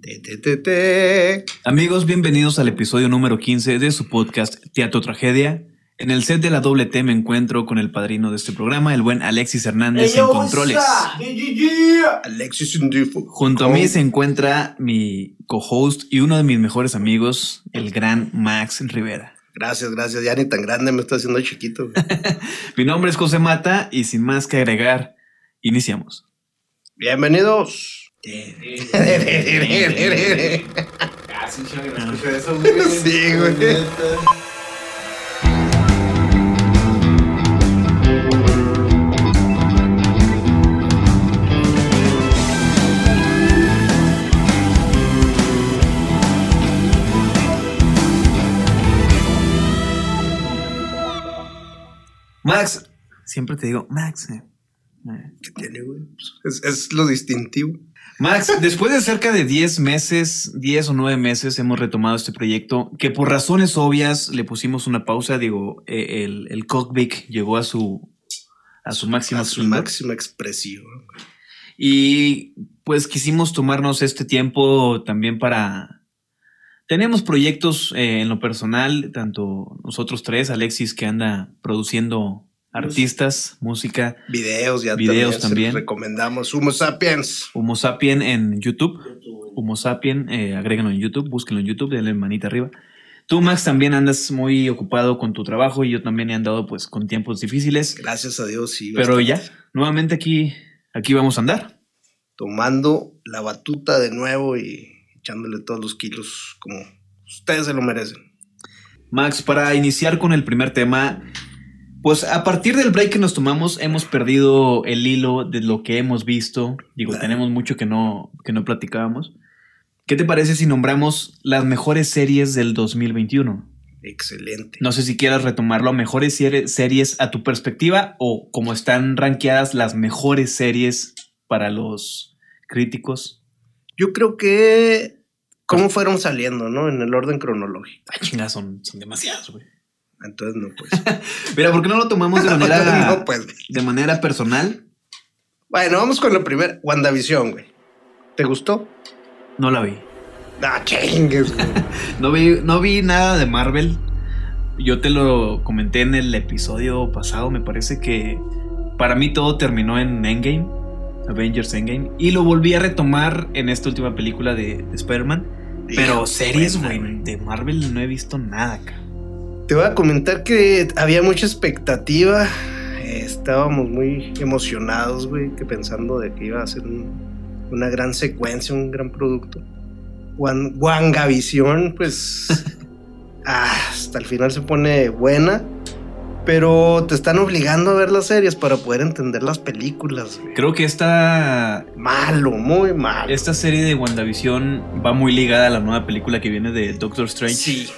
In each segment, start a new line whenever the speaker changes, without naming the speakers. Te, te, te,
Amigos, bienvenidos al episodio número 15 de su podcast Teatro Tragedia. En el set de la doble T me encuentro con el padrino de este programa, el buen Alexis Hernández
Ey, yo,
en controles.
esa. Yeah, yeah, yeah. Alexis in the fu-
Junto a mí se encuentra mi co-host y uno de mis mejores amigos, el gran Max Rivera.
Gracias, gracias. Ya ni tan grande me está haciendo chiquito. güey.
Mi nombre es José Mata y sin más que agregar, iniciamos.
Bienvenidos.
Casi, chaval, no escuché eso, güey.
Sí, güey.
Neta.
Max, siempre te digo, Max. eh, eh.
¿Qué tiene, güey? Es, es lo distintivo.
Max, después de cerca de 10 meses, 10 o 9 meses, hemos retomado este proyecto que por razones obvias le pusimos una pausa. Digo, eh, el, el Cockpit llegó a su, a su máxima
A su
esplendor.
máxima expresión.
Y pues quisimos tomarnos este tiempo también para... Tenemos proyectos eh, en lo personal, tanto nosotros tres, Alexis que anda produciendo artistas, música,
Videos ya
Videos
se
también.
los recomendamos. Homo sapiens.
Homo Sapien en YouTube. Homo Sapien, eh, agréguenlo en YouTube, búsquenlo en YouTube, denle manita arriba. Tú, Max, también andas muy ocupado con tu trabajo y yo también he andado pues con tiempos difíciles.
Gracias a Dios, sí.
Pero
bastante.
ya, nuevamente aquí, aquí vamos a andar.
Tomando la batuta de nuevo y echándole todos los kilos como ustedes se lo merecen.
Max, para iniciar con el primer tema, pues a partir del break que nos tomamos hemos perdido el hilo de lo que hemos visto. Digo,
Claro.
tenemos mucho que no, que no platicábamos. ¿Qué te parece si nombramos las mejores series del 2021?
Excelente.
No sé si quieras retomarlo a mejores siere- series a tu perspectiva o como están rankeadas las mejores series para los críticos.
Yo creo que. ¿Cómo fueron saliendo, no? En el orden cronológico.
Ay, chingas, son, son demasiadas, güey.
Entonces, no, pues.
Mira, ¿por qué no lo tomamos de manera,
no, pues.
de manera personal?
Bueno, vamos con la primera. WandaVision, güey. ¿Te gustó?
No la vi.
Ah, chingues, güey.
No vi, no vi nada de Marvel. Yo te lo comenté en el episodio pasado. Me parece que para mí todo terminó en Endgame, Avengers Endgame. Y lo volví a retomar en esta última película de, de Spider-Man. Pero
Hijo,
series,
buena,
güey, de Marvel no he visto nada, cabrón.
Te voy a comentar que había mucha expectativa. Eh, Estábamos muy emocionados, güey, que pensando de que iba a ser un- una gran secuencia, un gran producto. Wan- Wangavisión, pues ah, hasta el final se pone buena, pero te están obligando a ver las series para poder entender las películas. güey.
Creo que esta,
Malo, muy malo.
esta serie de WandaVision va muy ligada a la nueva película que viene de Doctor Strange.
Sí.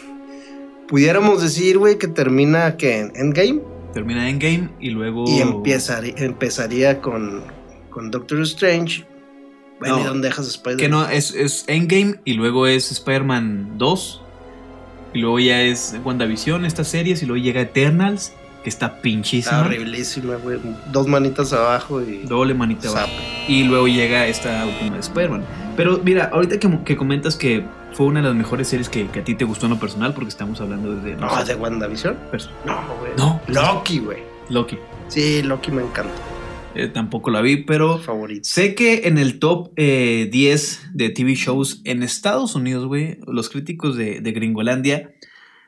Pudiéramos decir, güey, que termina que en Endgame.
Termina Endgame y luego.
Y empezar- empezaría con, con Doctor Strange. Bueno,
No.
¿y dónde dejas Spider-Man?
Que no, es, es Endgame y luego es Spider-Man 2. Y luego ya es WandaVision, estas series. Y luego llega Eternals, que está
Está
pinchísima.
horriblísima, güey. Dos manitas abajo y.
Doble manita
Zap.
abajo. Y luego llega esta última de Spider-Man. Pero mira, ahorita que, que comentas que fue una de las mejores series que, que a ti te gustó en lo personal, porque estamos hablando desde.
No, de WandaVision.
perso-
No, güey.
Pues, No.
Loki, güey.
Loki.
Sí, Loki me encanta.
Eh, tampoco la vi, pero
Favorito.
sé que en el top eh, 10 de TV shows en Estados Unidos, güey, los críticos de, de Gringolandia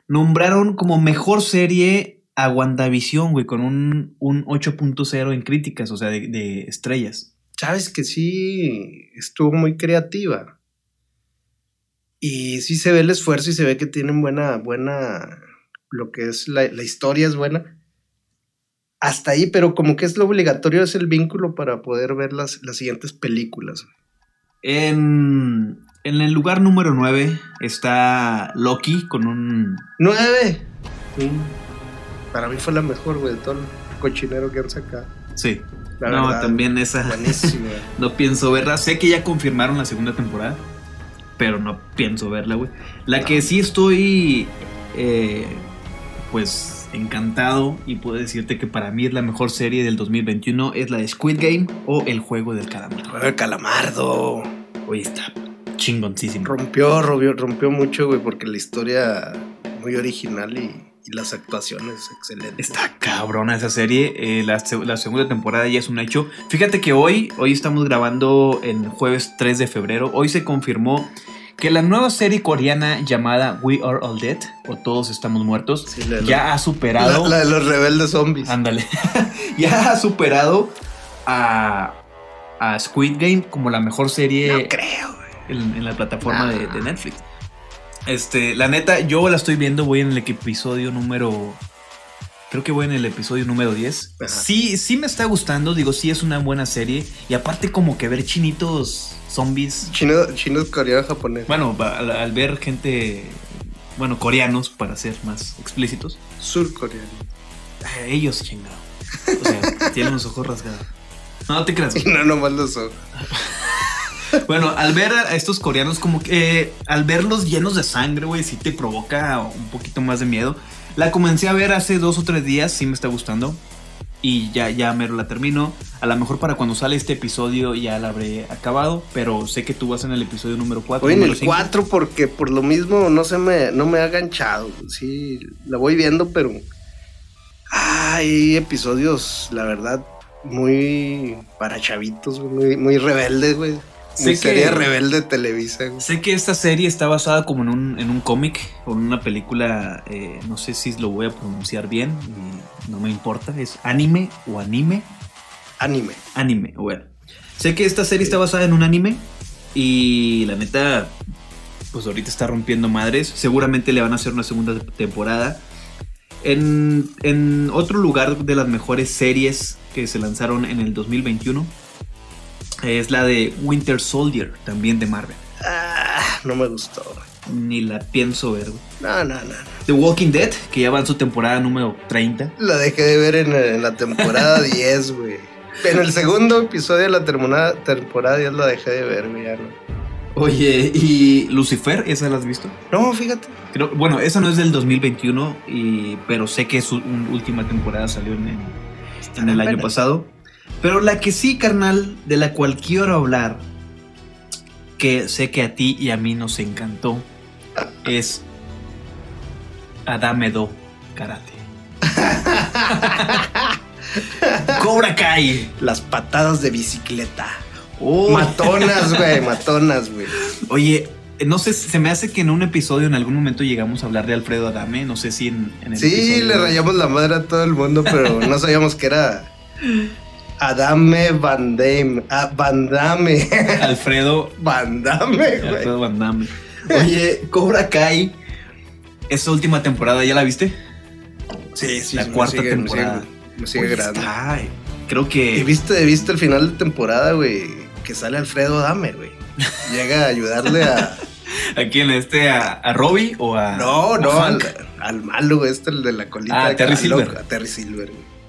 nombraron como mejor serie a WandaVision, güey, con un, un 8.0 en críticas, o sea, de, de estrellas.
Sabes que sí estuvo muy creativa. Y sí se ve el esfuerzo y se ve que tienen buena, buena, lo que es la, la historia es buena. Hasta ahí, pero como que es lo obligatorio, es el vínculo para poder ver las, las siguientes películas.
En, en el lugar número 9 está Loki con un...
¡Nueve! Sí. Para mí fue la mejor, güey, de todo el cochinero que han sacado.
Sí.
La
no,
verdad,
también esa...
Buenísima.
No pienso verla. Sé que ya confirmaron la segunda temporada, pero no pienso verla, güey. La
No.
que sí estoy, eh, pues, encantado y puedo decirte que para mí es la mejor serie del 2021 es la de Squid Game o El Juego del Calamar.
Juego de calamardo.
Oye, está chingoncísimo.
Rompió, rompió, rompió mucho, güey, porque la historia muy original y, y las actuaciones excelentes.
Está cabrona esa serie. eh, la, se- la segunda temporada ya es un hecho. Fíjate que hoy, hoy estamos grabando en jueves 3 de febrero. Hoy se confirmó que la nueva serie coreana llamada We Are All Dead o Todos Estamos Muertos
Sí, la de
ya ha superado.
los- la, la de los rebeldes zombies.
Ándale. ya ha superado a, a Squid Game como la mejor serie
no creo, güey.
en, en la plataforma
Ah.
de, de Netflix. Este, la neta, yo la estoy viendo, voy en el episodio número. Creo que voy en el episodio número 10.
Ajá.
Sí, sí me está gustando, digo, sí es una buena serie. Y aparte, como que ver chinitos zombies.
Chino, chino coreano japonés.
Bueno, va- al, al ver gente. Bueno, coreanos, para ser más explícitos.
Surcoreano.
Ah, Ellos, chingado. O sea, tienen los ojos rasgados. No, no te creas.
Y no nomás los ojos.
Bueno, al ver a estos coreanos, como que eh, al verlos llenos de sangre, güey, sí te provoca un poquito más de miedo. La comencé a ver hace dos o tres días, sí me está gustando. Y ya, ya mero la termino. A lo mejor para cuando sale este episodio ya la habré acabado, pero sé que tú vas en el episodio número 4.
Voy en el 4 porque por lo mismo no se me, no me ha ganchado. Sí, la voy viendo, pero ah, hay episodios, la verdad, muy para chavitos, güey, muy, muy rebeldes, güey.
Sé
Muy
que-
serie rebelde Televisa, güey.
Sé que esta serie está basada como en un, en un cómic o en una película, eh, no sé si lo voy a pronunciar bien, y no me importa, es anime o anime.
Anime.
anime. Bueno, sé que esta serie está basada en un anime y la neta, pues ahorita está rompiendo madres. Seguramente le van a hacer una segunda temporada. En, en otro lugar de las mejores series que se lanzaron en el 2021 es la de Winter Soldier, también de Marvel.
Ah, no me gustó, güey.
Ni la pienso ver. güey.
No, no, no.
The Walking Dead, que ya va en su temporada número 30.
La dejé de ver en, en la temporada 10, güey. En el segundo episodio de la termona- temporada 10 la dejé de ver, güey. ya no.
Oye, ¿y Lucifer? ¿Esa la has visto?
No, fíjate.
Creo- bueno, esa no es del 2021, y, pero sé que su un- última temporada salió en, en- en el año pasado. Pero la que sí, carnal, de la cual quiero hablar, que sé que a ti y a mí nos encantó, es Adamedo Karate. Cobra Kai.
Las patadas de bicicleta.
Oh.
Matonas, güey, matonas, güey.
Oye, eh, no sé, se me hace que en un episodio en algún momento llegamos a hablar de Alfredo Adame, no sé si en, en el
Sí,
episodio-
le rayamos la madre a todo el mundo, pero no sabíamos que era Adame Van Damme. Ah, Van Damme.
Alfredo
Van Damme, güey.
Alfredo Van Damme. Oye, Cobra Kai. Esa última temporada, ¿ya la viste?
Sí, sí,
La
me
cuarta
sigue- me sigue-
temporada.
Me sigue,
Oye,
grande.
está, eh. creo
Y
que.
viste, viste el final de temporada, güey, que sale Alfredo Adame, güey. Llega a ayudarle a.
¿A quién? ¿Este? ¿A, a Robbie o a.?
No,
a
no, al,
Hank?
al malo, güey, este, el de la colita.
Ah,
acá,
Terry Silver.
loco, A Terry Silver,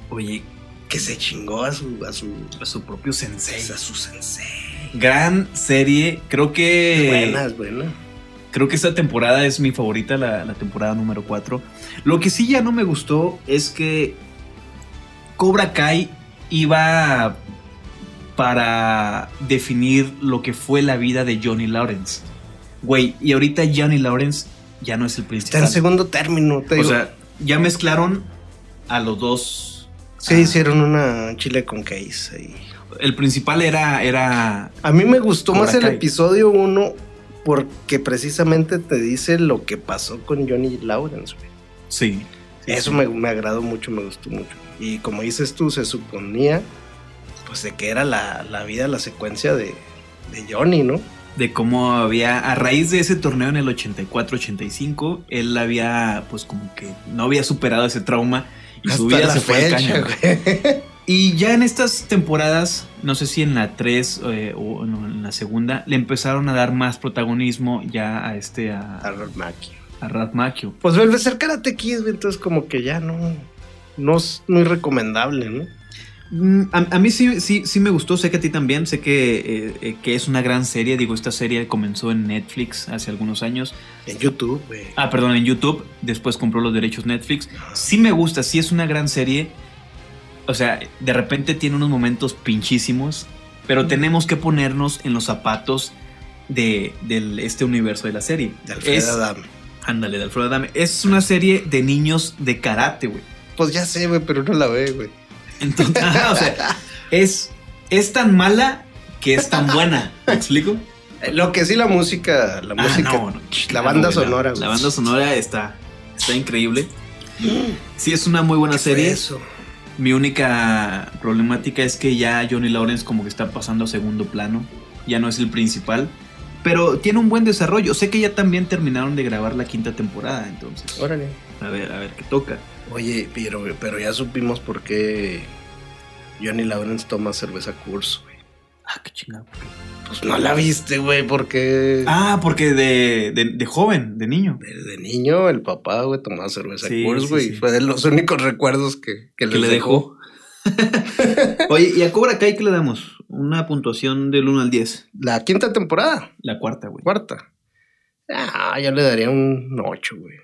güey.
Oye,
Que se chingó a su. A su
a su propio sensei.
a su sensei.
Gran serie. Creo que.
Buenas, buenas.
Creo que esta temporada es mi favorita, la, la temporada número 4. Lo que sí ya no me gustó es que Cobra Kai iba para definir lo que fue la vida de Johnny Lawrence. Güey, y ahorita Johnny Lawrence ya no es el
Está en
principal.
segundo término, te
o
digo.
sea, ya mezclaron a los dos.
sí,
ah,
hicieron una chile con case ahí.
El principal era, era
A mí me gustó
Cobra
más el
Kai.
episodio 1 porque precisamente te dice lo que pasó con Johnny Lawrence. güey.
sí. sí,
Eso
sí.
Me, me agradó mucho, me gustó mucho. Y como dices tú, se suponía pues de que era la, la vida, la secuencia de, de Johnny, ¿no?
de cómo había, a raíz de ese torneo en el 84-85, él había, pues como que no había superado ese trauma y su vida se fue al caño.
güey.
Y ya en estas temporadas, no sé si en la 3 eh, o no, en la segunda, le empezaron a dar más protagonismo ya a este, a,
Harold Mackie.
a Ralph Macchio.
Pues vuelve a ser Karate Kid, güey, entonces como que ya no, no es muy recomendable, ¿no?
Mm, A, a mí sí, sí, sí me gustó, sé que a ti también, sé que, eh, eh, que es una gran serie, digo, esta serie comenzó en Netflix hace algunos años,
En YouTube, güey.
Ah, perdón, en YouTube. Después compró los derechos Netflix. Sí me gusta, sí es una gran serie. O sea, de repente tiene unos momentos pinchísimos. Pero tenemos que ponernos en los zapatos de, del- este universo de la serie.
de Alfredo
es,
Adame.
Ándale, de Alfredo Adame. Es una serie de niños de karate, güey.
Pues ya sé, güey, pero no la ve, güey.
Entonces, o sea, es, es tan mala que es tan buena. ¿Me explico?
Eh, Lo que sí la música, la
Ah,
música,
no, no.
la banda
güey, la-
sonora,
La,
güey.
banda sonora está, está increíble. Sí, es una muy buena serie.
Eso.
Mi única problemática es que ya Johnny Lawrence como que está pasando a segundo plano. Ya no es el principal. Pero tiene un buen desarrollo. Sé que ya también terminaron de grabar la quinta temporada, entonces.
Órale.
A ver, a ver qué toca.
Oye, pero, pero ya supimos por qué Johnny Lawrence toma cerveza curso, güey.
Ah, qué chingado.
Pues no la viste, güey, porque
Ah, porque de, de- de joven, de niño.
desde niño el papá, güey, tomaba cerveza
Sí,
curso,
sí,
güey.
sí.
Fue de los únicos recuerdos que, que
Que le dejó. Oye, ¿y a Cobra Kai qué le damos? Una puntuación del 1 al 10.
La quinta temporada,
La cuarta, güey.
cuarta. Ah, yo le daría un 8, güey.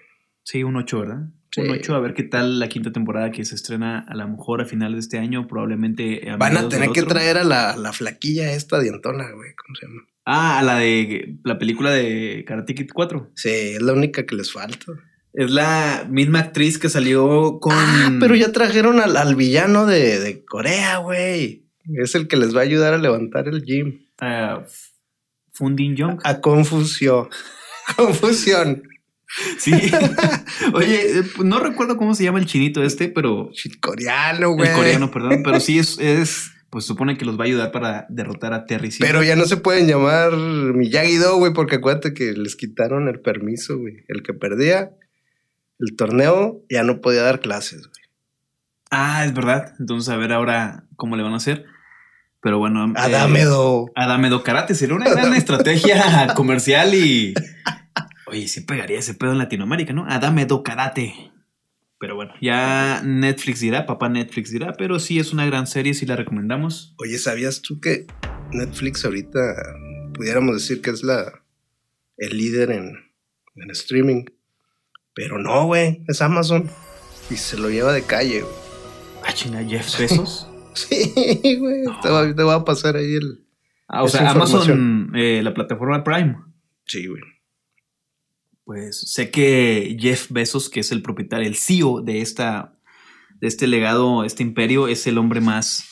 Sí, un 8, ¿verdad?
Sí.
Un 8, a ver qué tal la quinta temporada que se estrena a lo mejor a final de este año, probablemente. a
Van a
mediados del
tener que
otro.
traer a la, la flaquilla esta dientona, güey, ¿cómo se llama?
Ah, a la de la película de Karate Kid 4.
Sí, es la única que les falta.
Es la misma actriz que salió con.
Ah, pero ya trajeron al, al villano de, de Corea, güey. Es el que les va a ayudar a levantar el gym.
Ah, Funding Young.
A confusión. Confusión.
Sí. Oye, eh, no recuerdo cómo se llama el chinito este, pero
Shit, Coreano, güey.
El coreano, perdón, pero sí es, es, pues supone que los va a ayudar para derrotar a Terry. Silver.
Pero ya no se pueden llamar Miyagi-Do, güey, porque acuérdate que les quitaron el permiso, güey. El que perdía el torneo ya no podía dar clases, güey.
Ah, es verdad. Entonces, a ver ahora cómo le van a hacer. Pero bueno.
Adame
eh,
Do.
Adame do Karate sería una gran estrategia comercial y. Oye, sí pegaría ese pedo en Latinoamérica, ¿no? Adame do Karate. Pero bueno, ya Netflix dirá, papá Netflix dirá, pero sí es una gran serie, sí la recomendamos.
Oye, ¿sabías tú que Netflix ahorita pudiéramos decir que es la el líder en, en streaming? Pero no, güey, es Amazon. Y se lo lleva de calle, güey.
Ah, chinga, Jeff Bezos.
Sí, güey. Te, va- te va a pasar ahí el.
Ah, o
Esa
sea, Amazon,
información.
eh, la plataforma Prime.
Sí, güey.
Pues sé que Jeff Bezos, que es el propietario, el CEO de esta de este legado, este imperio, es el hombre más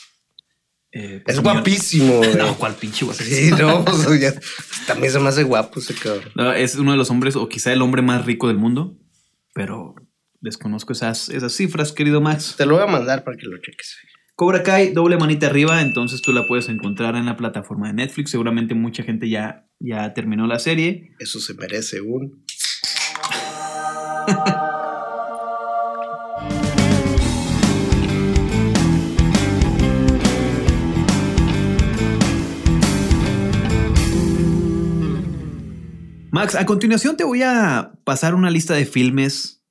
eh, pues,
Es
señor-
guapísimo, güey.
No, cual pinche guapísimo.
Sí, no, pues ya- también se me hace guapo ese cabrón.
No, es uno de los hombres, o quizá el hombre más rico del mundo, pero desconozco esas, esas cifras, querido Max.
Te lo voy a mandar para que lo cheques.
Cobra Kai, doble manita arriba, entonces tú la puedes encontrar en la plataforma de Netflix. Seguramente mucha gente ya, ya terminó la serie.
Eso se merece un.
Max, a continuación te voy a pasar una lista de filmes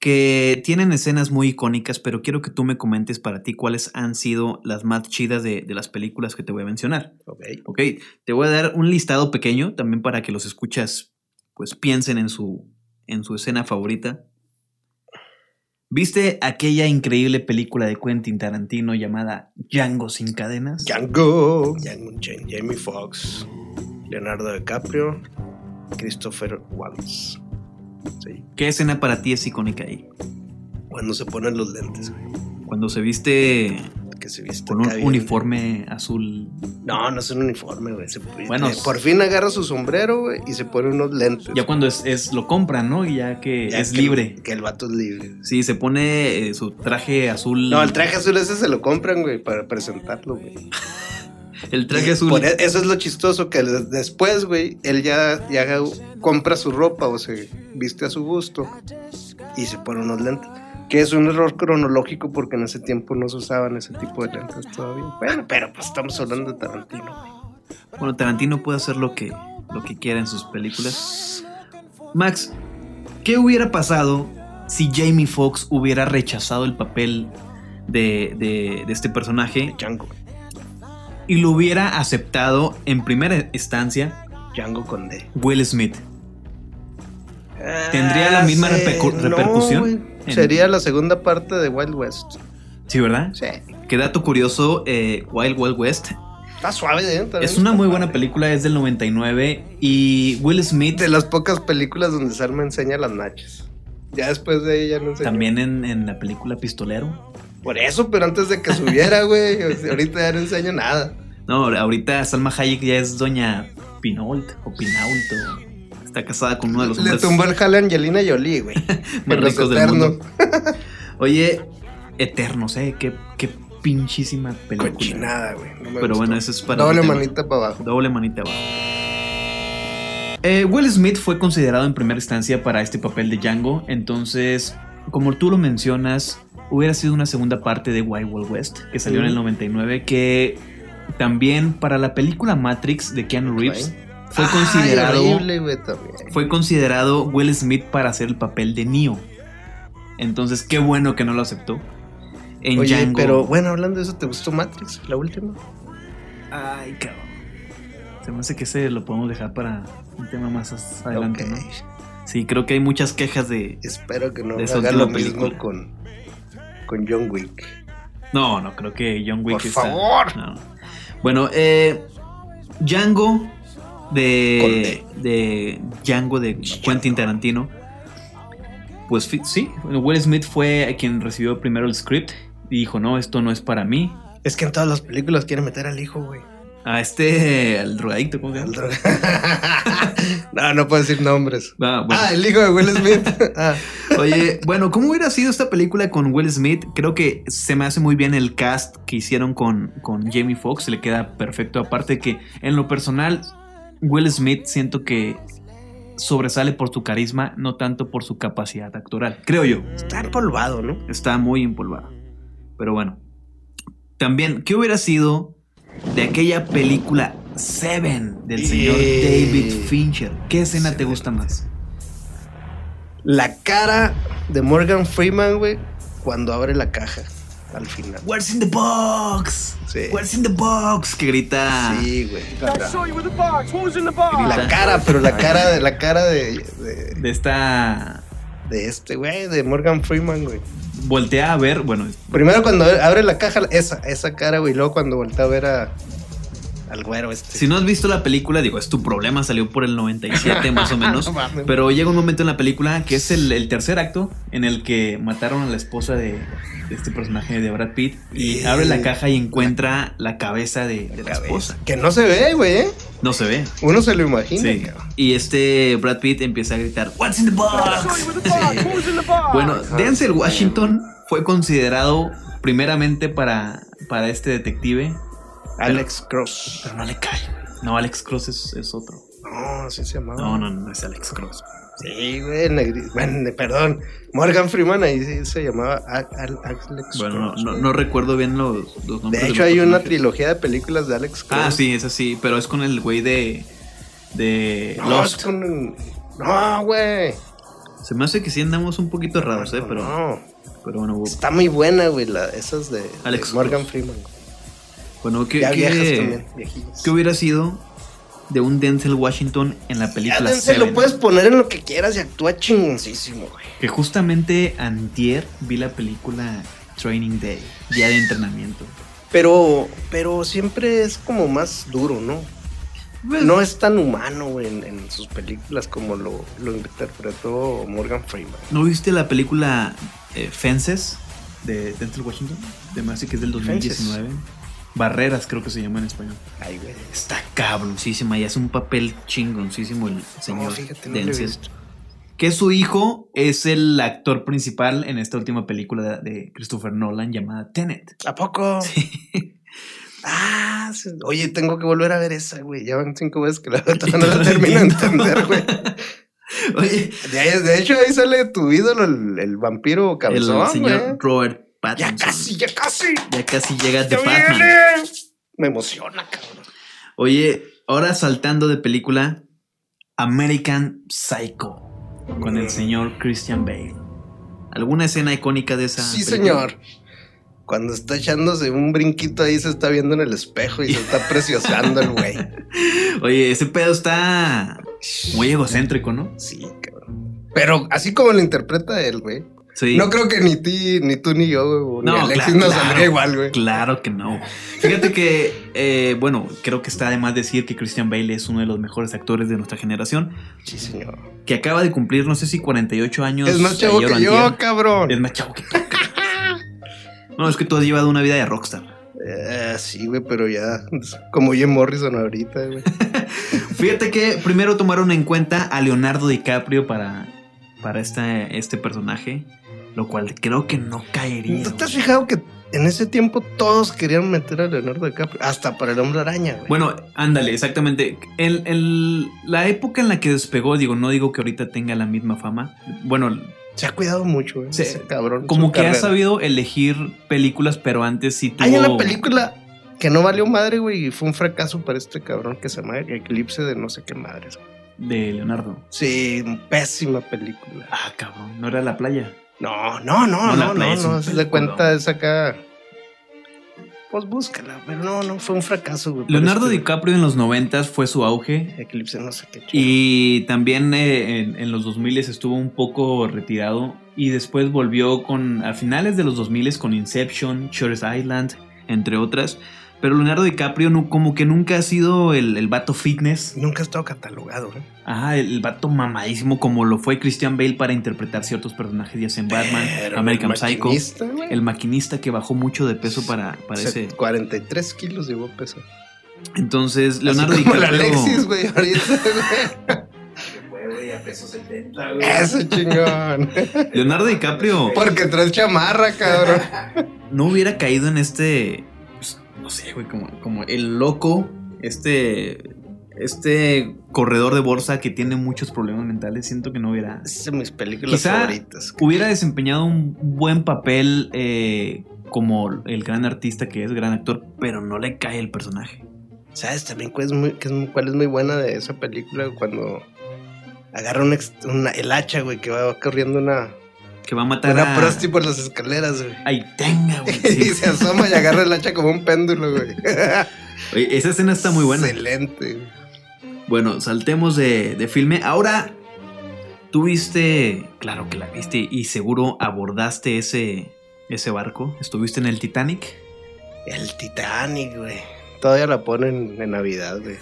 que tienen escenas muy icónicas, pero quiero que tú me comentes para ti cuáles han sido las más chidas de, de las películas que te voy a mencionar.
Ok.
Ok, te voy a dar un listado pequeño también para que los escuchas, pues piensen en su, en su escena favorita. ¿Viste aquella increíble película de Quentin Tarantino llamada Django sin cadenas?
Django, Django Unchained, Jamie Foxx, Leonardo DiCaprio, Christopher Waltz. Sí.
¿Qué escena para ti es icónica ahí?
Cuando se ponen los lentes, güey.
Cuando se viste
Que se viste
Con un
acá bien.
uniforme azul.
No, no es un uniforme, güey. Se-
Bueno,
eh, por fin agarra su sombrero, güey, y se pone unos lentes.
Ya cuando es, es- lo compran, ¿no? Y ya que
Ya
es
que-
libre.
Que el vato es libre.
Sí, se pone eh, su traje azul.
No, el traje azul ese se lo compran, güey, para presentarlo, güey.
El traje azul.
Por e- eso es lo chistoso, que des- después, güey, él ya, ya compra su ropa o se viste a su gusto y se pone unos lentes. Que es un error cronológico porque en ese tiempo no se usaban ese tipo de lentes todavía. Bueno, pero pues estamos hablando de Tarantino.
Bueno, Tarantino puede hacer lo que, lo que quiera en sus películas. Max, ¿qué hubiera pasado si Jamie Foxx hubiera rechazado el papel de, de- de este personaje
Django.
y lo hubiera aceptado en primera instancia
Django con D.
Will Smith? ¿Tendría la misma
Ah, sí,
repercu-
no,
repercusión
güey.
en-
Sería la segunda parte de Wild West.
Sí, ¿verdad?
Sí.
Qué dato curioso, eh, Wild Wild West
Está suave, ¿eh? También
Es una muy buena
padre.
película, es del 99 y Will Smith
De las pocas películas donde Salma enseña las nachas. Ya después de ella no enseñó.
también en, en la película Pistolero.
Por eso, pero antes de que subiera, güey. o sea, Ahorita ya no enseño nada.
No, ahorita Salma Hayek ya es doña Pinault o Pinault o- está casada con uno de los
Le
hombres
tumbó el jale a Angelina Jolie, güey.
más
Pero es
ricos del
eterno.
mundo. Oye, Eternos, ¿eh? Qué, qué pinchísima película.
Cochinada, güey. no me
Pero
gustó.
bueno, eso es para...
Doble
otro tema.
manita para abajo.
Doble manita abajo. Eh, Will Smith fue considerado en primera instancia para este papel de Django, entonces, como tú lo mencionas, hubiera sido una segunda parte de Wild Wild West, que salió en el
Ujú.
99, que también para la película Matrix de Keanu Reeves fue
Ay,
considerado
horrible, güey, también.
fue considerado Will Smith para hacer el papel de Neo. Entonces, qué bueno que no lo aceptó. En
Oye,
Django.
pero bueno, hablando de eso, ¿te gustó Matrix? La última.
Ay, cabrón. Se me hace que ese lo podemos dejar para un tema más as- adelante,
Ok.
¿no? Sí, creo que hay muchas quejas de.
Espero que no
De esa
haga lo
última película.
mismo con, con John Wick.
No, no, creo que John Wick
Por
está-
favor.
no. Bueno, eh, Django de. de Django de Quentin Tarantino. Pues fi- sí, Will Smith fue quien recibió primero el script y dijo: No, esto no es para mí.
Es que en todas las películas quiere meter al hijo, güey.
A este, al drogadicto, ¿cómo se
Al
llama?
droga- no, no puedo decir nombres.
Ah, bueno.
Ah, el hijo de Will Smith. Ah,
Oye, bueno, ¿cómo hubiera sido esta película con Will Smith? Creo que se me hace muy bien el cast que hicieron con, con Jamie Foxx, le queda perfecto. Aparte que en lo personal, Will Smith siento que sobresale por su carisma, no tanto por su capacidad actoral, creo yo.
está empolvado, ¿no?
Está muy empolvada. Pero bueno. También, ¿qué hubiera sido de aquella película Seven del señor
Eh.
David Fincher? ¿Qué escena te
Seven.
gusta más?
La cara de Morgan Freeman, güey, cuando abre la caja al final.
Where's in the box?
Sí.
Where's in the box? Que grita.
Sí, güey.
grita
La cara, pero la cara de la cara de, de,
de esta.
de este, güey, de Morgan Freeman, güey.
Voltea a ver, bueno,
Primero cuando abre la caja, esa, esa cara, güey. y Luego cuando voltea a ver a, al güero este.
si no has visto la película, digo, es tu problema, salió por el 97 más o menos. Pero llega un momento en la película que es el, el tercer acto en el que mataron a la esposa de, de este personaje de Brad Pitt y
Sí.
abre la caja y encuentra la cabeza de, de la, esposa.
Que no se ve, güey, ¿eh?
No se ve.
Uno se lo imagina,
Sí.
cabrón.
Y este Brad Pitt empieza a gritar, What's in the box? Bueno, Denzel Washington fue considerado primeramente para, para este detective.
Alex Cross.
Pero no le cae, güey. No, Alex Cross es, es otro.
No, así se llamaba.
No, no, no es Alex Cross.
Sí, güey, negri- Bueno, perdón. Morgan Freeman ahí sí se llamaba A- Al- Alex
Bueno, no,
Cross.
no, no recuerdo bien los, los nombres.
de
los
hecho, hay una
personajes.
trilogía de películas de Alex Cross.
Ah, sí, es así, pero es con el güey de. de
No,
Lost.
es con- No, güey.
Se me hace que sí andamos un poquito raros, ¿eh?
No,
Pero,
no.
pero bueno,
Está muy buena, güey, la, esas de,
Alex
de Morgan
Cross.
Freeman. güey.
bueno ¿qué,
ya viejas
qué,
también, viejillas.
qué hubiera sido de un Denzel Washington en la
Ya,
película?
Denzel,
Seven?
lo puedes poner en lo que quieras y actúa chingoncísimo, güey.
Que justamente antier vi la película Training Day, día de entrenamiento.
Pero, pero siempre es como más duro, ¿no? No es tan humano güey, en, en sus películas como lo, lo interpretó Morgan Freeman.
¿No viste la película eh, Fences de Denzel Washington? De más que es del 2019. Barreras creo que se llama en español.
Ay, güey.
Está cabroncísima y hace un papel chingoncísimo el señor
No, fíjate, no lo he
Denzel.
visto.
que su hijo es el actor principal en esta última película de de Christopher Nolan llamada Tenet.
¿A poco? Ah, sí. oye, tengo que volver a ver esa, güey. Ya van cinco veces que la verdad no la termino de entender, güey.
Oye,
De, ahí- de hecho, ahí sale tu ídolo, el, el vampiro
el
cabezón, güey.
señor Robert
Ya
Pattinson.
casi, ya casi.
Ya casi llega The
Ya
Batman.
viene. Me emociona, cabrón.
Oye, ahora saltando de película, American Psycho, con el señor Christian Bale. ¿Alguna escena icónica de esa?
Sí,
película?
señor. Cuando está echándose un brinquito ahí, se está viendo en el espejo y se está preciosando el güey.
Oye, ese pedo está muy egocéntrico, ¿no?
Sí, cabrón. Pero así como lo interpreta él, güey.
Sí.
No creo que ni ti, ni tú ni yo, güey, o ni
No,
Alexis
cla-
nos
claro.
saldría igual, güey.
Claro que no. Fíjate que, eh, bueno, creo que está de más decir que Christian Bale es uno de los mejores actores de nuestra generación,
Sí, señor.
que acaba de cumplir, no sé si 48 años.
Es más chavo
ayer o
que yo,
antier.
cabrón.
Es más chavo que tú. No, es que tú has llevado una vida de rockstar.
Eh, sí, güey, pero ya, es como Jim Morrison ahorita, güey.
Fíjate que primero tomaron en cuenta a Leonardo DiCaprio para, para esta- este personaje, lo cual creo que no caería.
¿Tú te has
güey.
fijado que en ese tiempo todos querían meter a Leonardo DiCaprio? Hasta para el hombre araña, güey.
Bueno, ándale, exactamente. El- el- la época en la que despegó, digo, no digo que ahorita tenga la misma fama. Bueno,
se ha cuidado mucho, güey.
Sí.
ese cabrón.
Como
su
que ha
carrera.
sabido elegir películas, pero antes sí tuvo...
Hay una película que no valió madre, güey, y fue un fracaso para este cabrón que se llama Eclipse de no sé qué madres. güey.
De Leonardo.
Sí, pésima película.
Ah, cabrón, no era la playa.
No, no, no,
No, la
no, no,
playa es
no,
un
se da cuenta
peliculón.
es acá. Pues búscala, pero no, no, fue un fracaso, güey.
Leonardo
Pero este
DiCaprio en los 90 fue su auge.
Eclipse no sé qué chido.
Y también eh, en, en los 2000 estuvo un poco retirado. Y después volvió con a finales de los 2000 con Inception, Shores Island, entre otras. Pero Leonardo DiCaprio no, como que nunca ha sido el, el vato fitness.
Nunca ha estado catalogado, ¿eh? güey.
Ajá, el, el vato mamadísimo como lo fue Christian Bale para interpretar ciertos personajes, ya sea en Batman,
Pero
American
el
Psycho.
maquinista, güey,
El maquinista que bajó mucho de peso para, para ese.
43 kilos llegó a pesar.
Entonces, Leonardo
Así como el
DiCaprio.
Alexis, güey, ahorita, güey.
Güey, a peso 70, güey.
Eso chingón.
Leonardo DiCaprio
Porque traes chamarra, cabrón.
no hubiera caído en este. pues, no sé, güey, como, como el loco. Este. Este corredor de bolsa que tiene muchos problemas mentales. Siento que no hubiera.
Es de mis películas
Quizá
favoritas.
Hubiera desempeñado un buen papel eh, como el gran artista que es, gran actor, pero no le cae el personaje.
¿Sabes también cuál es muy, que es muy- cuál es muy buena de esa película? Cuando agarra un ex- una, el hacha, güey, que va corriendo una,
Que va a matar
una
a.
prosti por las escaleras, güey.
Ay, tenga, güey. sí.
y se asoma y agarra el hacha como un péndulo, güey.
Oye, Esa escena está muy buena.
Excelente. güey.
Bueno, saltemos de, de filme. Ahora, tú viste, claro que la viste y seguro abordaste ese, ese barco. Estuviste en el Titanic.
El Titanic, güey. Todavía la ponen en Navidad, güey.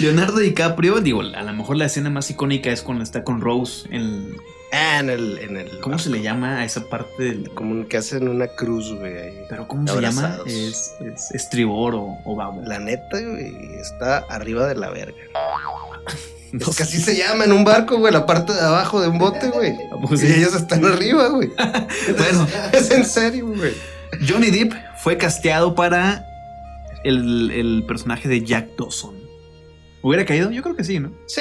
Leonardo DiCaprio, digo, a lo mejor la escena más icónica es cuando está con Rose en...
Ah, en el. En el ah,
¿Cómo se le llama a esa parte del...
Como un- que hacen una cruz, güey. ahí.
Pero ¿cómo se llama?
Abrazados.
Es, es estribor o, o babo.
La neta, güey, está arriba de la verga.
No
Es que
sé.
así se llama en un barco, güey, la parte de abajo de un bote, güey.
Vamos,
Y
sí.
ellos están arriba, güey.
Bueno,
Es en serio, güey.
Johnny Depp fue casteado para el, el personaje de Jack Dawson. ¿Hubiera caído? Yo creo que sí, ¿no?
Sí,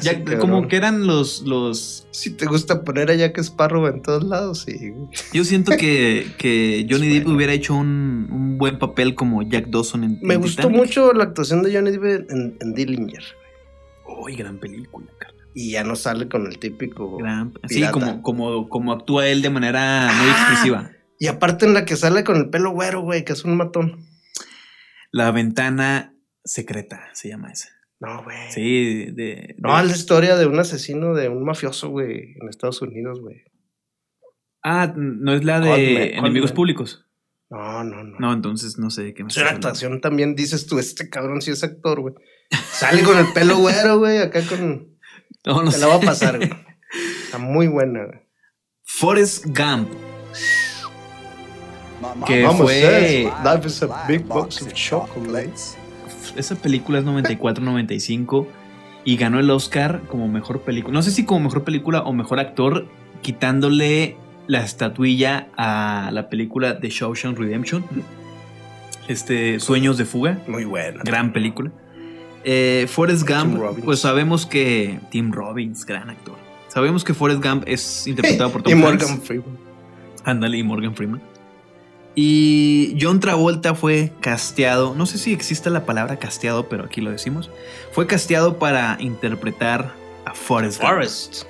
Ya,
ese cabrón.
como que eran los, los...
Si te gusta poner a Jack Sparrow en todos lados, sí. güey.
Yo siento que, que Johnny
Es
Depp
bueno.
hubiera hecho un, un buen papel como Jack Dawson en
Me
en
gustó
Titanic.
mucho la actuación de Johnny Depp en, en Dillinger.
Uy, gran película, carnal.
Y ya no sale con el típico.
Gran- Sí,
Pirata.
como, como, como actúa él de manera muy
Ah.
expresiva.
Y aparte en la que sale con el pelo güero, güey, que es un matón.
La ventana secreta se llama esa.
No, güey.
Sí, de...
No, es
de-
la historia de un asesino, de un mafioso, güey, en Estados Unidos, güey.
Ah, no es la de
Conman,
Enemigos
Conman.
Públicos.
No, no, no.
No, entonces no sé de qué me
Es
estás
una
hablando.
actuación también, dices tú, este cabrón sí es actor, güey. Sale con el pelo güero, güey, acá con...
No, no
Te la
sé.
va a pasar, güey. Está muy buena, güey.
Forrest Gump. Que
Vamos,
fue-
ustedes.
eh, Life is a big box of chocolates.
Esa película es 94-95 y ganó el Oscar como mejor película. No sé si como mejor película o mejor actor, quitándole la estatuilla a la película de Shawshank Redemption. Este, Sueños de Fuga,
Muy buena.
gran película. Eh, Forrest
Tim
Gump,
Robbins.
pues sabemos que. Tim Robbins, gran actor. Sabemos que Forrest Gump es interpretado por Tom
y
Hanks.
Morgan Freeman.
Ándale, y Morgan Freeman. Y John Travolta fue casteado, no sé si exista la palabra casteado, pero aquí lo decimos. Fue casteado para interpretar a Forrest. Gump.
Forrest.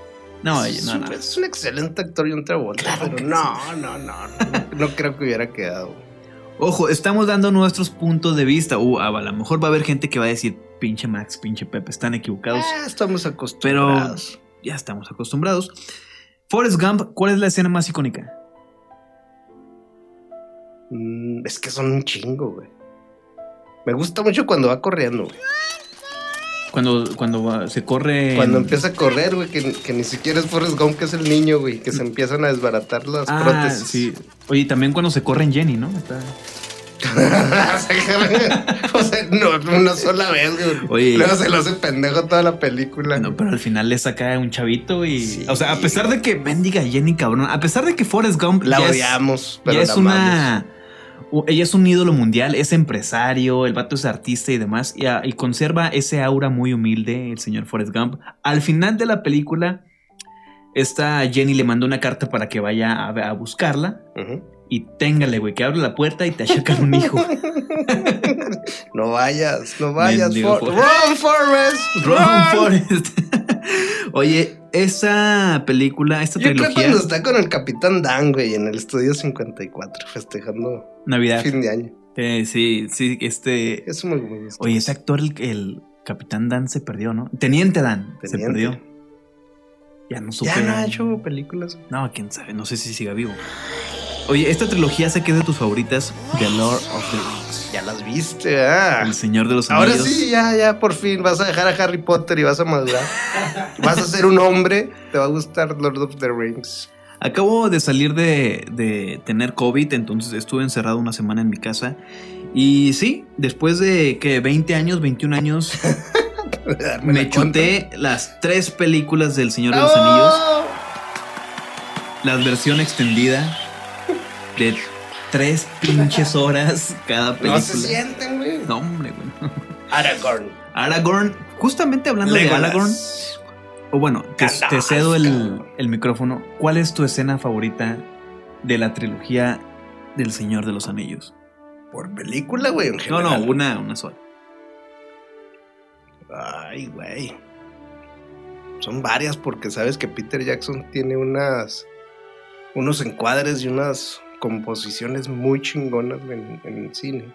No, oye,
es,
no, no.
un- es un excelente actor y un travolta,
Claro que
pero no, no, no, no. No creo que hubiera quedado. güey.
Ojo, estamos dando nuestros puntos de vista. Uh, a lo mejor va a haber gente que va a decir, pinche Max,
Ah.
pinche Pepe, están equivocados.
Ah, estamos acostumbrados.
Ya estamos acostumbrados. Forrest Gump, ¿cuál es la escena más icónica?
Mm, es que son un chingo, güey. Me gusta mucho cuando va corriendo, güey.
Cuando, cuando ah, se corre.
Cuando
en-
empieza a correr, güey, que, que ni siquiera es Forrest Gump, que es el niño, güey, que se empiezan a desbaratar las
Ah,
prótesis.
sí. Oye, y también cuando se corre en Jenny, ¿no? Está-
o sea, no, una sola vez, güey.
Oye.
Luego se lo hace pendejo toda la película.
No, pero al final le saca un chavito y.
Sí.
O sea, a pesar de que. Mendiga Jenny, cabrón. A pesar de que Forrest Gump.
la
ya es-
odiamos, pero
ya
la
es una. u- Ella es un ídolo mundial, es empresario, el vato es artista y demás, y, a- y conserva ese aura muy humilde, el señor Forrest Gump. Al final de la película, esta Jenny le mandó una carta para que vaya a, a buscarla
amamos.
y téngale, güey, que abre la puerta y te achacan un hijo.
Ujú. no vayas, no vayas.
Mendigo
For-
Forrest.
Run, Forrest. Run.
Ron Forrest. Oye, esa película, esta
Yo creo
trilogía,
cuando está con el Capitán Dan, güey, en el estudio 54, festejando
Navidad.
fin de año.
eh, sí, sí, este.
Eso me, me gusta.
Oye, ese actor, el, el Capitán Dan, se perdió, ¿no? Teniente Dan, se
Teniente.
perdió. Ya no supe.
Ya no ha hecho películas.
No, quién sabe, no sé si siga vivo. Oye, esta trilogía sé que es de tus favoritas, The Lord of the Rings.
Ya las viste, ah.
El Señor de los
Ahora
Anillos.
sí, ya, ya, por fin vas a dejar a Harry Potter y vas a madurar. vas a ser un hombre, te va a gustar Lord of the Rings.
Acabo de salir de, de tener COVID, entonces estuve encerrado una semana en mi casa. Y sí, después de que 20 años, 21 años,
Darme
me
la contra.
chuté las tres películas del Señor de los Anillos.
¡Bravo!
la versión extendida de tres pinches horas cada película.
No se sienten, güey.
No, hombre, güey.
Aragorn.
Aragorn, justamente hablando de Aragorn,
Legolas.
o bueno, te,
Gandalf,
te cedo el,
cabrón.
el micrófono. ¿Cuál es tu escena favorita de la trilogía del Señor de los Anillos?
Por película, güey. en
No, no,
general.
una, una sola.
Ay, güey. Son varias porque sabes que Peter Jackson tiene unas. unos encuadres y unas composiciones muy chingonas en, en el cine.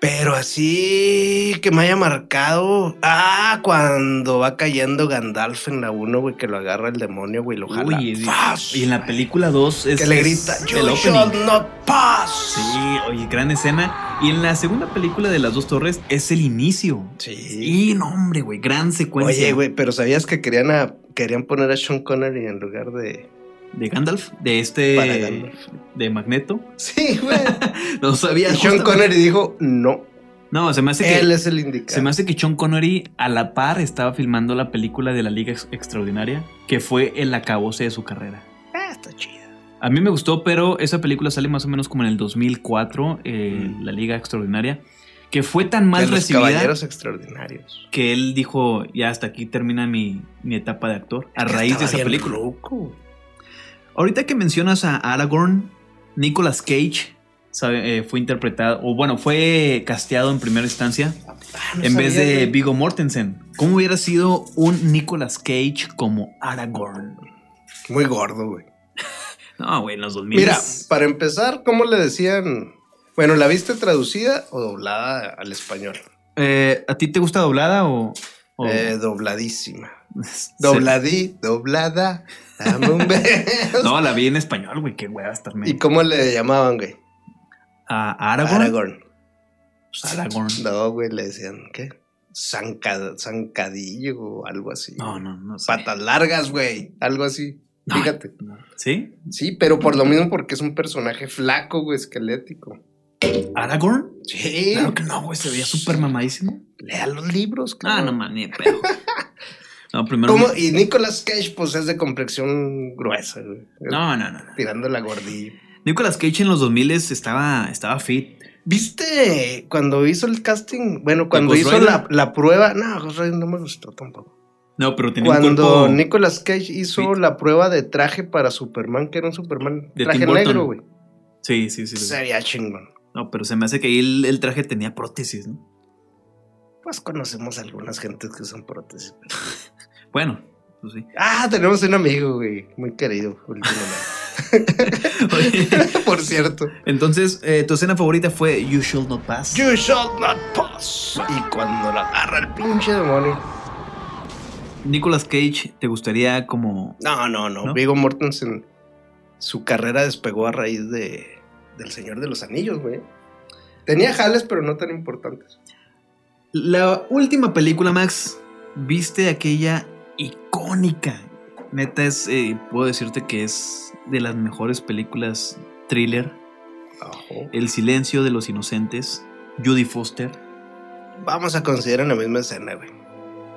Pero así que me haya marcado. Ah, cuando va cayendo Gandalf en la 1, güey, que lo agarra el demonio, güey, lo jala.
Uy, y-
¡Fas!
y en la película 2 es
que le
es
grita,
el
You
opening.
shall not pass.
Sí, oye, gran escena. Y en la segunda película de Las Dos Torres es el inicio.
Sí.
Y no, hombre, güey, gran secuencia.
Oye, güey, pero ¿sabías que querían, a- querían poner a Sean Connery en lugar de.
De Gandalf, de este.
Para Gandalf.
De Magneto.
Sí, güey.
No sabía.
Y Sean
justamente.
Connery dijo, no,
No, se me hace que.
él es el indicado.
Se me hace que Sean Connery a la par estaba filmando la película de la Liga Ex- Extraordinaria, que fue el acabose de su carrera.
Ah, está chida.
A mí me gustó, pero esa película sale más o menos como en el 2004, eh,
Mm.
la Liga Extraordinaria, que fue tan mal
De los
recibida
caballeros extraordinarios.
que él dijo, ya hasta aquí termina mi, mi etapa de actor, a
Que
raíz de
estaba
esa
bien
película.
loco.
Ahorita que mencionas a Aragorn, Nicolas Cage sabe, eh, fue interpretado, o bueno, fue casteado en primera instancia
Ah, no
en vez
sabía,
de
güey.
Vigo Mortensen. ¿Cómo hubiera sido un Nicolas Cage como Aragorn?
Muy gordo, güey.
No, güey, en los 2000.
Mira, para empezar, ¿cómo le decían? Bueno, ¿la viste traducida o doblada al español?
Eh, ¿a ti te gusta doblada o.? o-
Eh, dobladísima.
se-
Dobladí, doblada. Dame un beso.
No, la vi en español, güey, qué hueva estarme.
¿Y cómo le llamaban, güey?
¿A Aragorn? Pues, Aragorn.
No, güey, le decían, ¿qué? Zanca- zancadillo o algo así.
No, no, no. sé.
patas largas, güey. Algo así.
No.
Fíjate.
¿Sí?
Sí, pero por lo mismo porque es un personaje flaco, güey, esquelético.
¿Aragorn?
Sí.
Claro que no, güey, se veía súper mamadísimo.
Lea los libros,
Ah,
cabrón.
no, man, ni de pedo. No, primero.
¿Cómo? Y Nicolas Cage, pues es de complexión gruesa, güey.
No, no, no. no.
Tirando la gordilla.
Nicolas Cage en los 2000 estaba, estaba fit.
¿Viste cuando hizo el casting? Bueno, cuando
Ghost
hizo
Rider?
la, la prueba. No, Ghost Rider no me gustó tampoco.
No, pero tenía un
Cuando
cuerpo...
Nicolas Cage hizo
Fit.
la prueba de traje para Superman, que era un Superman
De
traje
Tim Burton.
negro, güey.
Sí, sí, sí. sí.
Se veía chingón.
No, pero se me hace que ahí el, el traje tenía prótesis, ¿no?
Pues conocemos a algunas gentes que son prótesis.
Bueno, pues sí.
Ah, tenemos un amigo, güey, muy querido últimamente.
Oye,
Por cierto.
entonces, eh, tu escena favorita fue You Shall Not Pass.
You shall not pass. Y cuando la agarra el pinche demonio.
Nicolas Cage, ¿te gustaría como...
No, no, no.
¿No?
Vigo Mortensen, su carrera despegó a raíz de, del Señor de los Anillos, güey. Tenía jales, pero no tan importantes.
La última película, Max, viste aquella icónica. Neta, es, eh, puedo decirte que es de las mejores películas thriller.
Ojo.
El silencio de los inocentes. Judy Foster.
Vamos a considerar la misma escena, güey.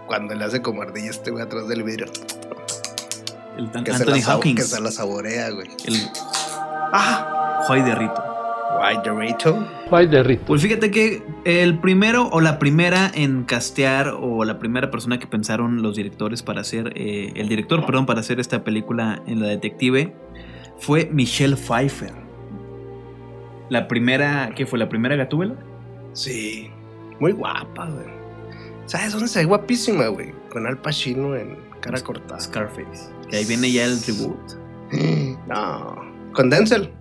Cuando le hace como ardilla este güey atrás del vidrio.
El tan-
Que, se la,
Anthony
sabo- que
Hawkins.
se la saborea, güey.
El... ¡Ah! Joy de Rito.
White Dorito.
Bye de Rito.
Pues fíjate que el primero o la primera en castear o la primera persona que pensaron los directores para hacer, eh, el director, perdón, para hacer esta película en la detective fue Michelle Pfeiffer. La primera, ¿qué fue? ¿La primera Gatúbela?
Sí. Muy guapa, güey. ¿Sabes dónde se ve guapísima, güey? Con Al Pacino en cara cortada.
Scarface. Que ahí viene ya el reboot.
No. Con Denzel.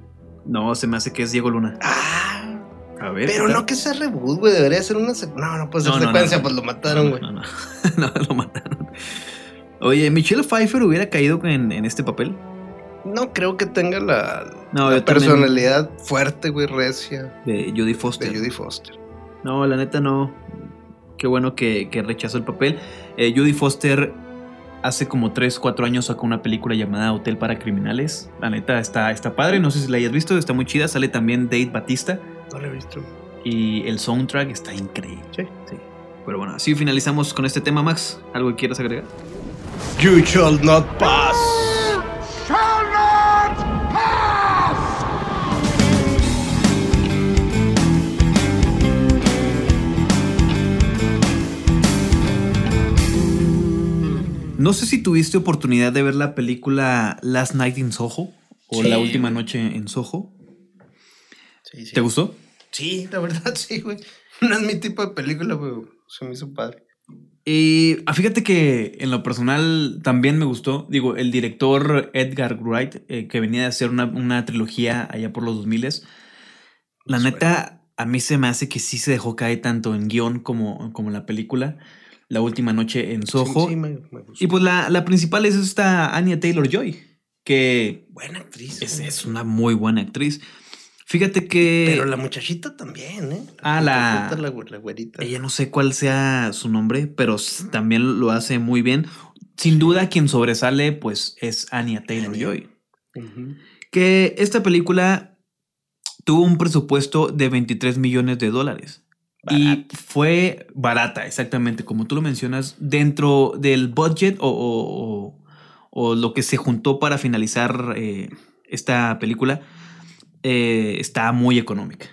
No, se me hace que es Diego Luna.
Ah.
A ver.
Pero
¿qué
no
tal?
que sea reboot, güey. Debería ser una secuencia. No, no puede ser
No, no,
secuencia,
no.
pues lo mataron, güey.
No, no, no. No, lo mataron. Oye, ¿Michelle Pfeiffer hubiera caído en, en este papel?
No creo que tenga la,
No,
la
yo también-
personalidad fuerte, güey, recia
De Jodie Foster.
de Judy Foster.
No, la neta no. Qué bueno que, que rechazó el papel. Eh, Judy Foster hace como 3, 4 años sacó una película llamada Hotel para Criminales. La neta está, está padre, no sé si la hayas visto, está muy chida. Sale también Dave Batista
No lo he visto.
y el soundtrack está increíble.
Sí.
Pero bueno, así finalizamos con este tema, Max. ¿Algo que quieras agregar?
You shall not pass.
No sé si tuviste oportunidad de ver la película Last Night in Soho o
Sí.
La Última Noche en Soho.
Sí, sí.
¿Te gustó?
Sí, la verdad, sí, güey. No es mi tipo de película, güey. Se me hizo padre.
Y ah, fíjate que en lo personal también me gustó. Digo, el director Edgar Wright, eh, que venía de hacer una, una trilogía allá por los 2000 la
Suena.
neta, a mí se me hace que sí se dejó caer tanto en guión como, como en la película. La última noche en Soho.
Sí, sí, me, me gustó.
y pues la, la principal es esta Anya Taylor Joy, que
Buena actriz.
es,
güey.
es una muy buena actriz. Fíjate que.
Pero la muchachita también, ¿eh?
Ah, la-
muchachita, La, güe- la güerita.
Ella no sé cuál sea su nombre, pero s- también lo hace muy bien. Sin duda, quien sobresale, pues, es Anya Taylor Joy.
Ujú.
Que esta película tuvo un presupuesto de 23 millones de dólares. Y fue barata, exactamente, como tú lo mencionas, dentro del budget o, o- o- o lo que se juntó para finalizar eh, esta película, eh, está muy económica.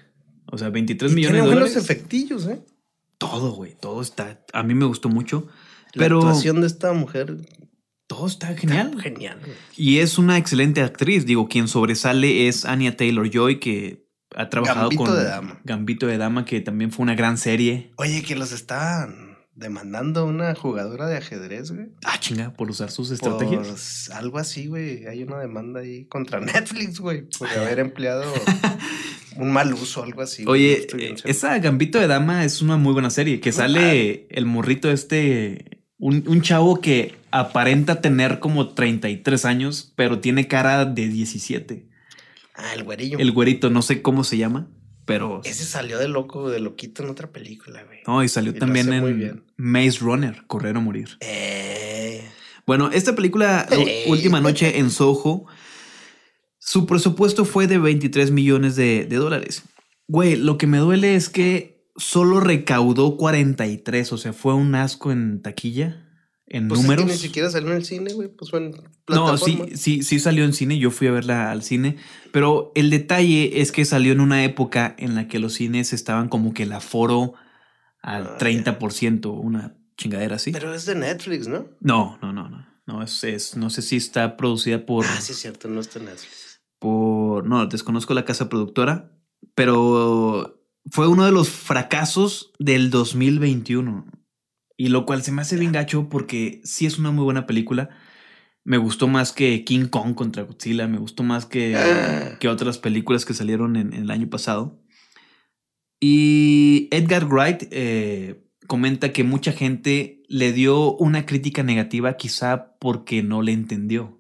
O sea, 23
Y
millones
tiene
de
buenos
dólares
efectillos, ¿eh?
todo, güey. Todo está. A mí me gustó mucho.
La
Pero-
actuación de esta mujer.
Todo está genial.
Genial. güey.
Y es una excelente actriz. Digo, quien sobresale es Anya Taylor Joy, que ha trabajado
Gambito
con
de Dama.
Gambito de Dama, que también fue una gran serie.
Oye, que los estaban demandando una jugadora de ajedrez, güey.
Ah, chinga, por usar sus estrategias.
Por algo así, güey. Hay una demanda ahí contra Netflix, güey. Por haber empleado un mal uso, algo así. güey. No
Oye,
estoy bien
eh,
seguro.
esa Gambito de Dama es una muy buena serie. Que sale el morrito este. Un, un chavo que aparenta tener como 33 años, pero tiene cara de 17.
Ah, el güerillo.
El güerito, no sé cómo se llama, pero.
Ese salió de loco, de loquito en otra película, güey.
No, y salió
Y lo
también
hace muy
en
bien.
Maze Runner, Correr o Morir.
Eh.
Bueno, esta película, la
Ey.
Última Noche en Soho, su presupuesto fue de 23 millones de, de dólares. Güey, lo que me duele es que solo recaudó 43, o sea, fue un asco en taquilla, en
Pues es que
números.
ni siquiera salió en el cine, güey. Pues fue en
No,
plataforma.
sí, sí, sí salió en cine, yo fui a verla al cine, pero el detalle es que salió en una época en la que los cines estaban como que el aforo
Ah, ya.
al 30%, una chingadera así.
Pero es de Netflix, ¿no?
No, no, no, no. No, es, es- no sé si está producida por,
Ah, sí, es cierto, no es de Netflix.
por... No, desconozco la casa productora, pero fue uno de los fracasos del 2021. Y lo cual se me hace bien gacho porque sí es una muy buena película. Me gustó más que King Kong contra Godzilla, me gustó más que,
Ah.
que otras películas que salieron en, en el año pasado. Y Edgar Wright eh, comenta que mucha gente le dio una crítica negativa quizá porque no le entendió.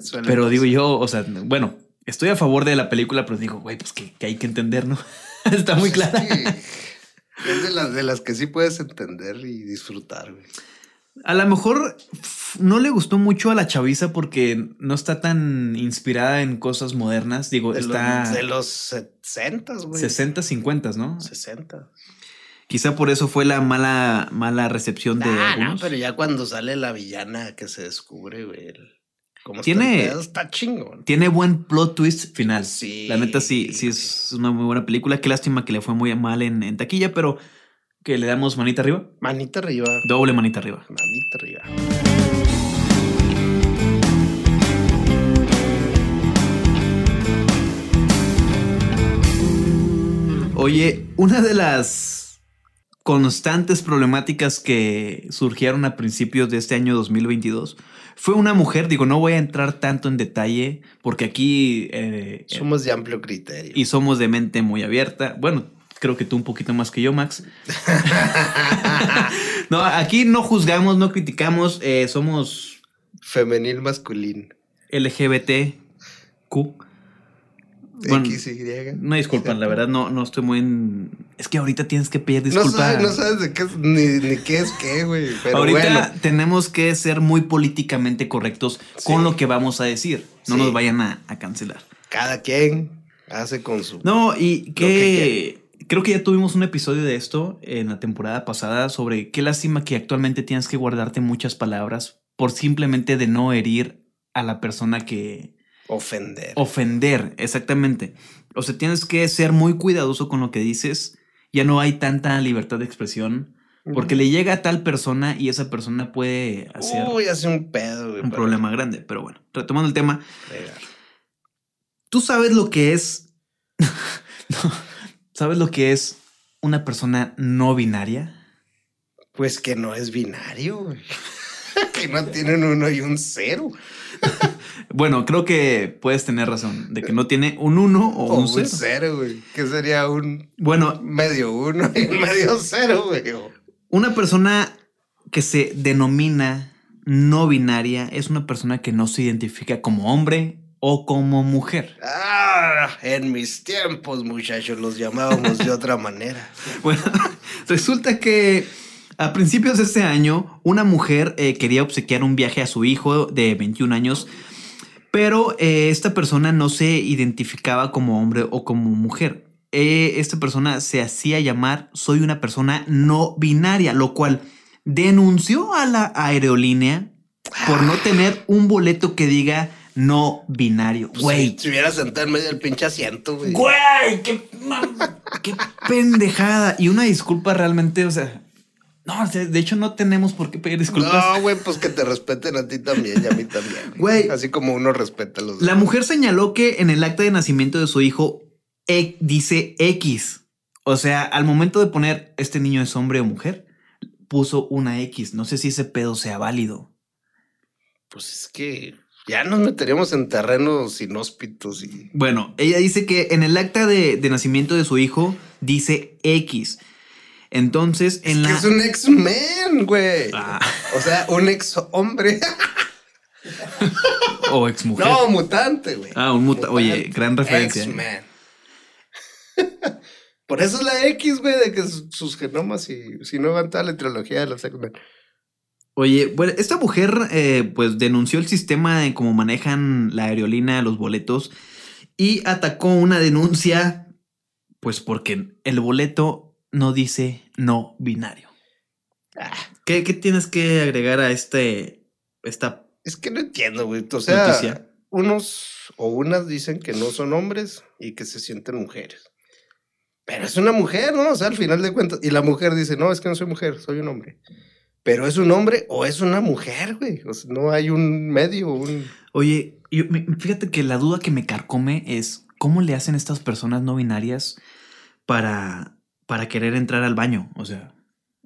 Suele
Pero
pasar.
digo yo, o sea, bueno, estoy a favor de la película, pero digo, güey, pues que, que hay que entender, ¿no? Está muy
Pues es
clara.
que Es de las, de las que sí puedes entender y disfrutar, güey.
A lo mejor f- no le gustó mucho a la chaviza porque no está tan inspirada en cosas modernas. Digo,
De,
Pues está
los, de los 60, güey.
60, 50, ¿no?
60.
Quizá por eso fue la mala, mala recepción de
Ah, no,
algunos.
pero ya cuando sale la villana que se descubre, güey. el- cómo está
Tiene-
el pedo, Está chingón.
Tiene buen plot twist final.
Sí,
La neta sí, sí es una muy buena película. Qué lástima que le fue muy mal en, en taquilla, pero que le damos manita arriba.
Manita arriba.
Doble manita arriba.
Manita arriba.
Oye, una de las constantes problemáticas que surgieron a principios de este año 2022 fue una mujer, digo, no voy a entrar tanto en detalle porque aquí eh, eh,
Somos de amplio criterio.
y somos de mente muy abierta. Bueno, creo que tú un poquito más que yo, Max. no, aquí no juzgamos, no criticamos, eh, somos
Femenil masculino.
LGBTQ. Bueno,
XY.
no disculpan, la verdad, no, no estoy muy en... Es que ahorita tienes que pedir
No
disculpas.
sabes, no sabes de qué es, ni, ni qué es qué, güey. Pero
Ahorita
bueno,
tenemos que ser muy políticamente correctos
Sí.
con lo que vamos a decir. No
Sí.
nos vayan a, a cancelar.
cada quien hace con su.
No, y
que
que creo que ya tuvimos un episodio de esto en la temporada pasada sobre qué lástima que actualmente tienes que guardarte muchas palabras por simplemente de no herir a la persona que
Ofender.
ofender, exactamente. O sea, tienes que ser muy cuidadoso con lo que dices. Ya no hay tanta libertad de expresión porque le llega a tal persona y esa persona puede hacer
Uy, hace un pedo, güey.
un
para
problema grande, pero bueno, retomando el tema,
fregar.
tú sabes lo que es, No, sabes lo que es una persona no binaria.
Pues que no es binario, güey. que no tienen uno y un cero.
Bueno, creo que puedes tener razón de que no tiene un uno o,
O
un
un
cero.
cero, güey. Que sería un
Bueno,
medio uno y un medio cero, güey. o-
una persona que se denomina no binaria es una persona que no se identifica como hombre o como mujer.
Ah, en mis tiempos, muchachos, los llamábamos de otra manera.
Bueno, resulta que a principios de este año, una mujer eh, quería obsequiar un viaje a su hijo de 21 años, pero eh, esta persona no se identificaba como hombre o como mujer. Eh, esta persona se hacía llamar soy una persona no binaria, lo cual denunció a la aerolínea por no tener un boleto que diga no binario.
Pues,
Güey,
Si hubiera sentado en medio del pinche asiento, güey.
Güey, qué, mam- qué pendejada. Y una disculpa realmente, o sea, no, de, de hecho no tenemos por qué pedir disculpas.
No, güey, pues que te respeten a ti también y a mí también.
Güey.
Así como uno respeta a los
La mujer señaló que en el acta de nacimiento de su hijo e- dice X. O sea, al momento de poner este niño es hombre o mujer, puso una X. No sé si ese pedo sea válido.
Pues es que ya nos meteríamos en terrenos inhóspitos y.
Bueno, ella dice que en el acta de, de nacimiento de su hijo dice X. Entonces, en
Es
la.
que es un ex-men, güey.
Ah,
O sea, un ex-hombre.
o ex mujer.
no, mutante, güey.
Ah, un muta. Oye, gran referencia. eh.
X-Men. Por eso es la X, güey, de que sus sus genomas y si no van toda la trilogía de los X-Men.
Oye, bueno, esta mujer eh, pues denunció el sistema de cómo manejan la aerolínea, los boletos, y atacó una denuncia, pues porque el boleto no dice no binario.
Ah,
¿Qué, qué tienes que agregar a este, esta
es que no entiendo, güey. O sea,
noticia?
unos o unas dicen que no son hombres y que se sienten mujeres. Pero es una mujer, ¿no? O sea, al final de cuentas. Y la mujer dice, no, es que no soy mujer, soy un hombre. Pero es un hombre o es una mujer, güey. O sea, no hay un medio, un...
Oye, yo- me- fíjate que la duda que me carcome es cómo le hacen estas personas no binarias para, para querer entrar al baño. O sea,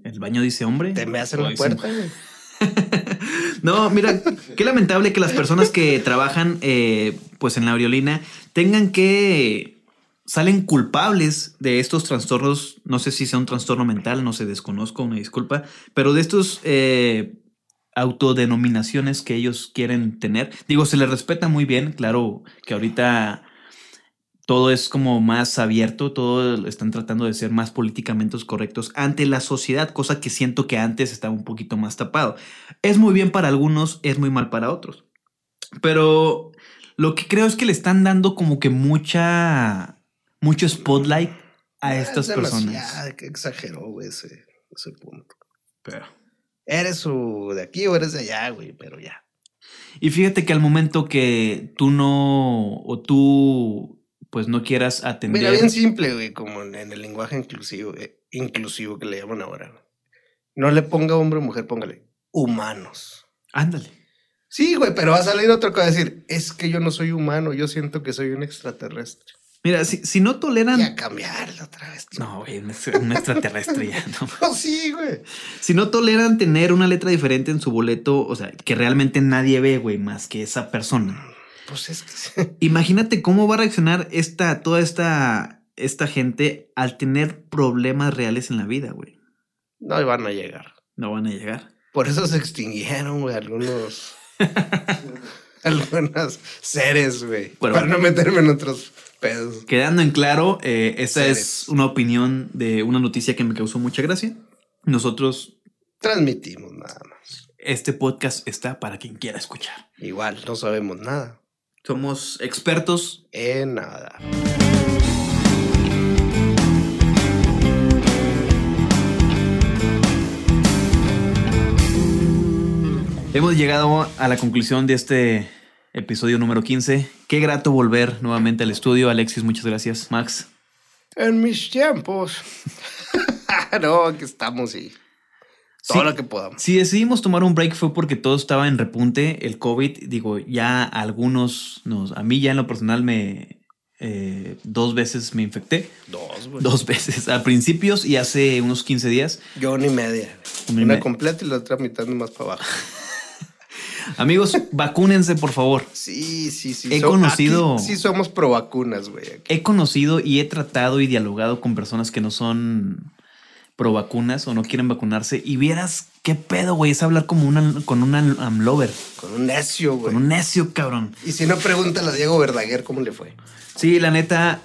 el baño dice hombre.
Te me hacen
o
la
dice
puerta, güey.
No, mira, qué lamentable que las personas que trabajan eh, pues en la aerolínea tengan que salen culpables de estos trastornos, no sé si sea un trastorno mental, no sé, desconozco, una disculpa, pero de estos eh, autodenominaciones que ellos quieren tener. Digo, se les respeta muy bien, claro que ahorita todo es como más abierto, todo están tratando de ser más políticamente correctos ante la sociedad, cosa que siento que antes estaba un poquito más tapado. Es muy bien para algunos, es muy mal para otros. Pero lo que creo es que le están dando como que mucha mucho spotlight a estas
Ah, Es
personas.
demasiado, que exageró, güey, ese, ese punto.
Pero-
Eres o de aquí o eres de allá, güey, pero ya.
Y fíjate que al momento que tú no o tú pues no quieras atender
Mira, bien simple, güey, como en, en el lenguaje inclusivo, eh, inclusivo que le llaman ahora. güey. No le ponga hombre o mujer, póngale humanos.
Ándale.
Sí, güey, pero va a salir otro que va a decir, es que yo no soy humano, yo siento que soy un extraterrestre.
Mira, si, si no
Y a
toleran
cambiarlo otra vez.
no, güey, un ex- un extraterrestre ya, no.
No, sí, güey.
Si no toleran tener una letra diferente en su boleto, o sea, que realmente nadie ve, güey, más que esa persona.
Pues es que...
Imagínate cómo va a reaccionar esta, toda esta, esta gente al tener problemas reales en la vida, güey.
no iban a llegar.
No van a llegar.
Por eso se extinguieron, güey, algunos. algunas seres, güey.
Bueno.
para no meterme en otros pedos.
Quedando en claro, eh, esta
Sí,
es una opinión de una noticia que me causó mucha gracia. Nosotros,
Transmitimos nada más.
este podcast está para quien quiera escuchar.
Igual, no sabemos nada.
Somos expertos.
En nada.
Hemos llegado a la conclusión de este episodio número 15. Qué grato volver nuevamente al estudio. Alexis, muchas gracias. Max,
En mis tiempos. no, aquí estamos y todo
Sí.
lo que podamos.
Si decidimos tomar un break fue porque todo estaba en repunte, el COVID, digo, ya algunos, nos, a mí ya en lo personal me... eh, dos veces me infecté,
Dos, güey.
dos veces, a principios y hace unos 15 días.
Yo una y media.
Una y
Una
me-
completa y la otra mitad más para abajo.
Amigos, vacúnense por favor.
Sí, sí, sí.
He
So-
conocido-
aquí sí, somos pro vacunas, güey. aquí.
He conocido y he tratado y dialogado con personas que no son pro vacunas o no quieren vacunarse y vieras qué pedo, güey, es hablar como una, con un amlover,
Con un necio, güey.
con un necio cabrón.
Y si no, pregúntale a Diego Verdaguer cómo le fue.
Sí, la neta,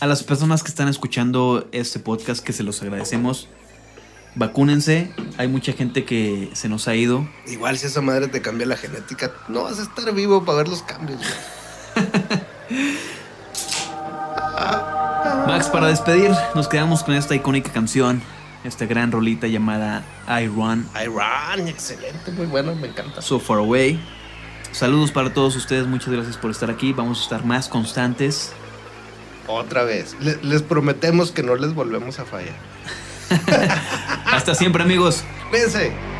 a las personas que están escuchando este podcast, que se los agradecemos, vacúnense. Hay mucha gente que se nos ha ido.
Igual si esa madre te cambia la genética, no vas a estar vivo para ver los cambios, güey.
Max, para despedir, nos quedamos con esta icónica canción, esta gran rolita llamada I Run
I run, excelente, muy bueno, me encanta.
So Far Away. Saludos para todos ustedes, muchas gracias por estar aquí. Vamos a estar más constantes.
Otra vez, le- les prometemos que no les volvemos a fallar.
Hasta siempre, amigos.
Cuídense.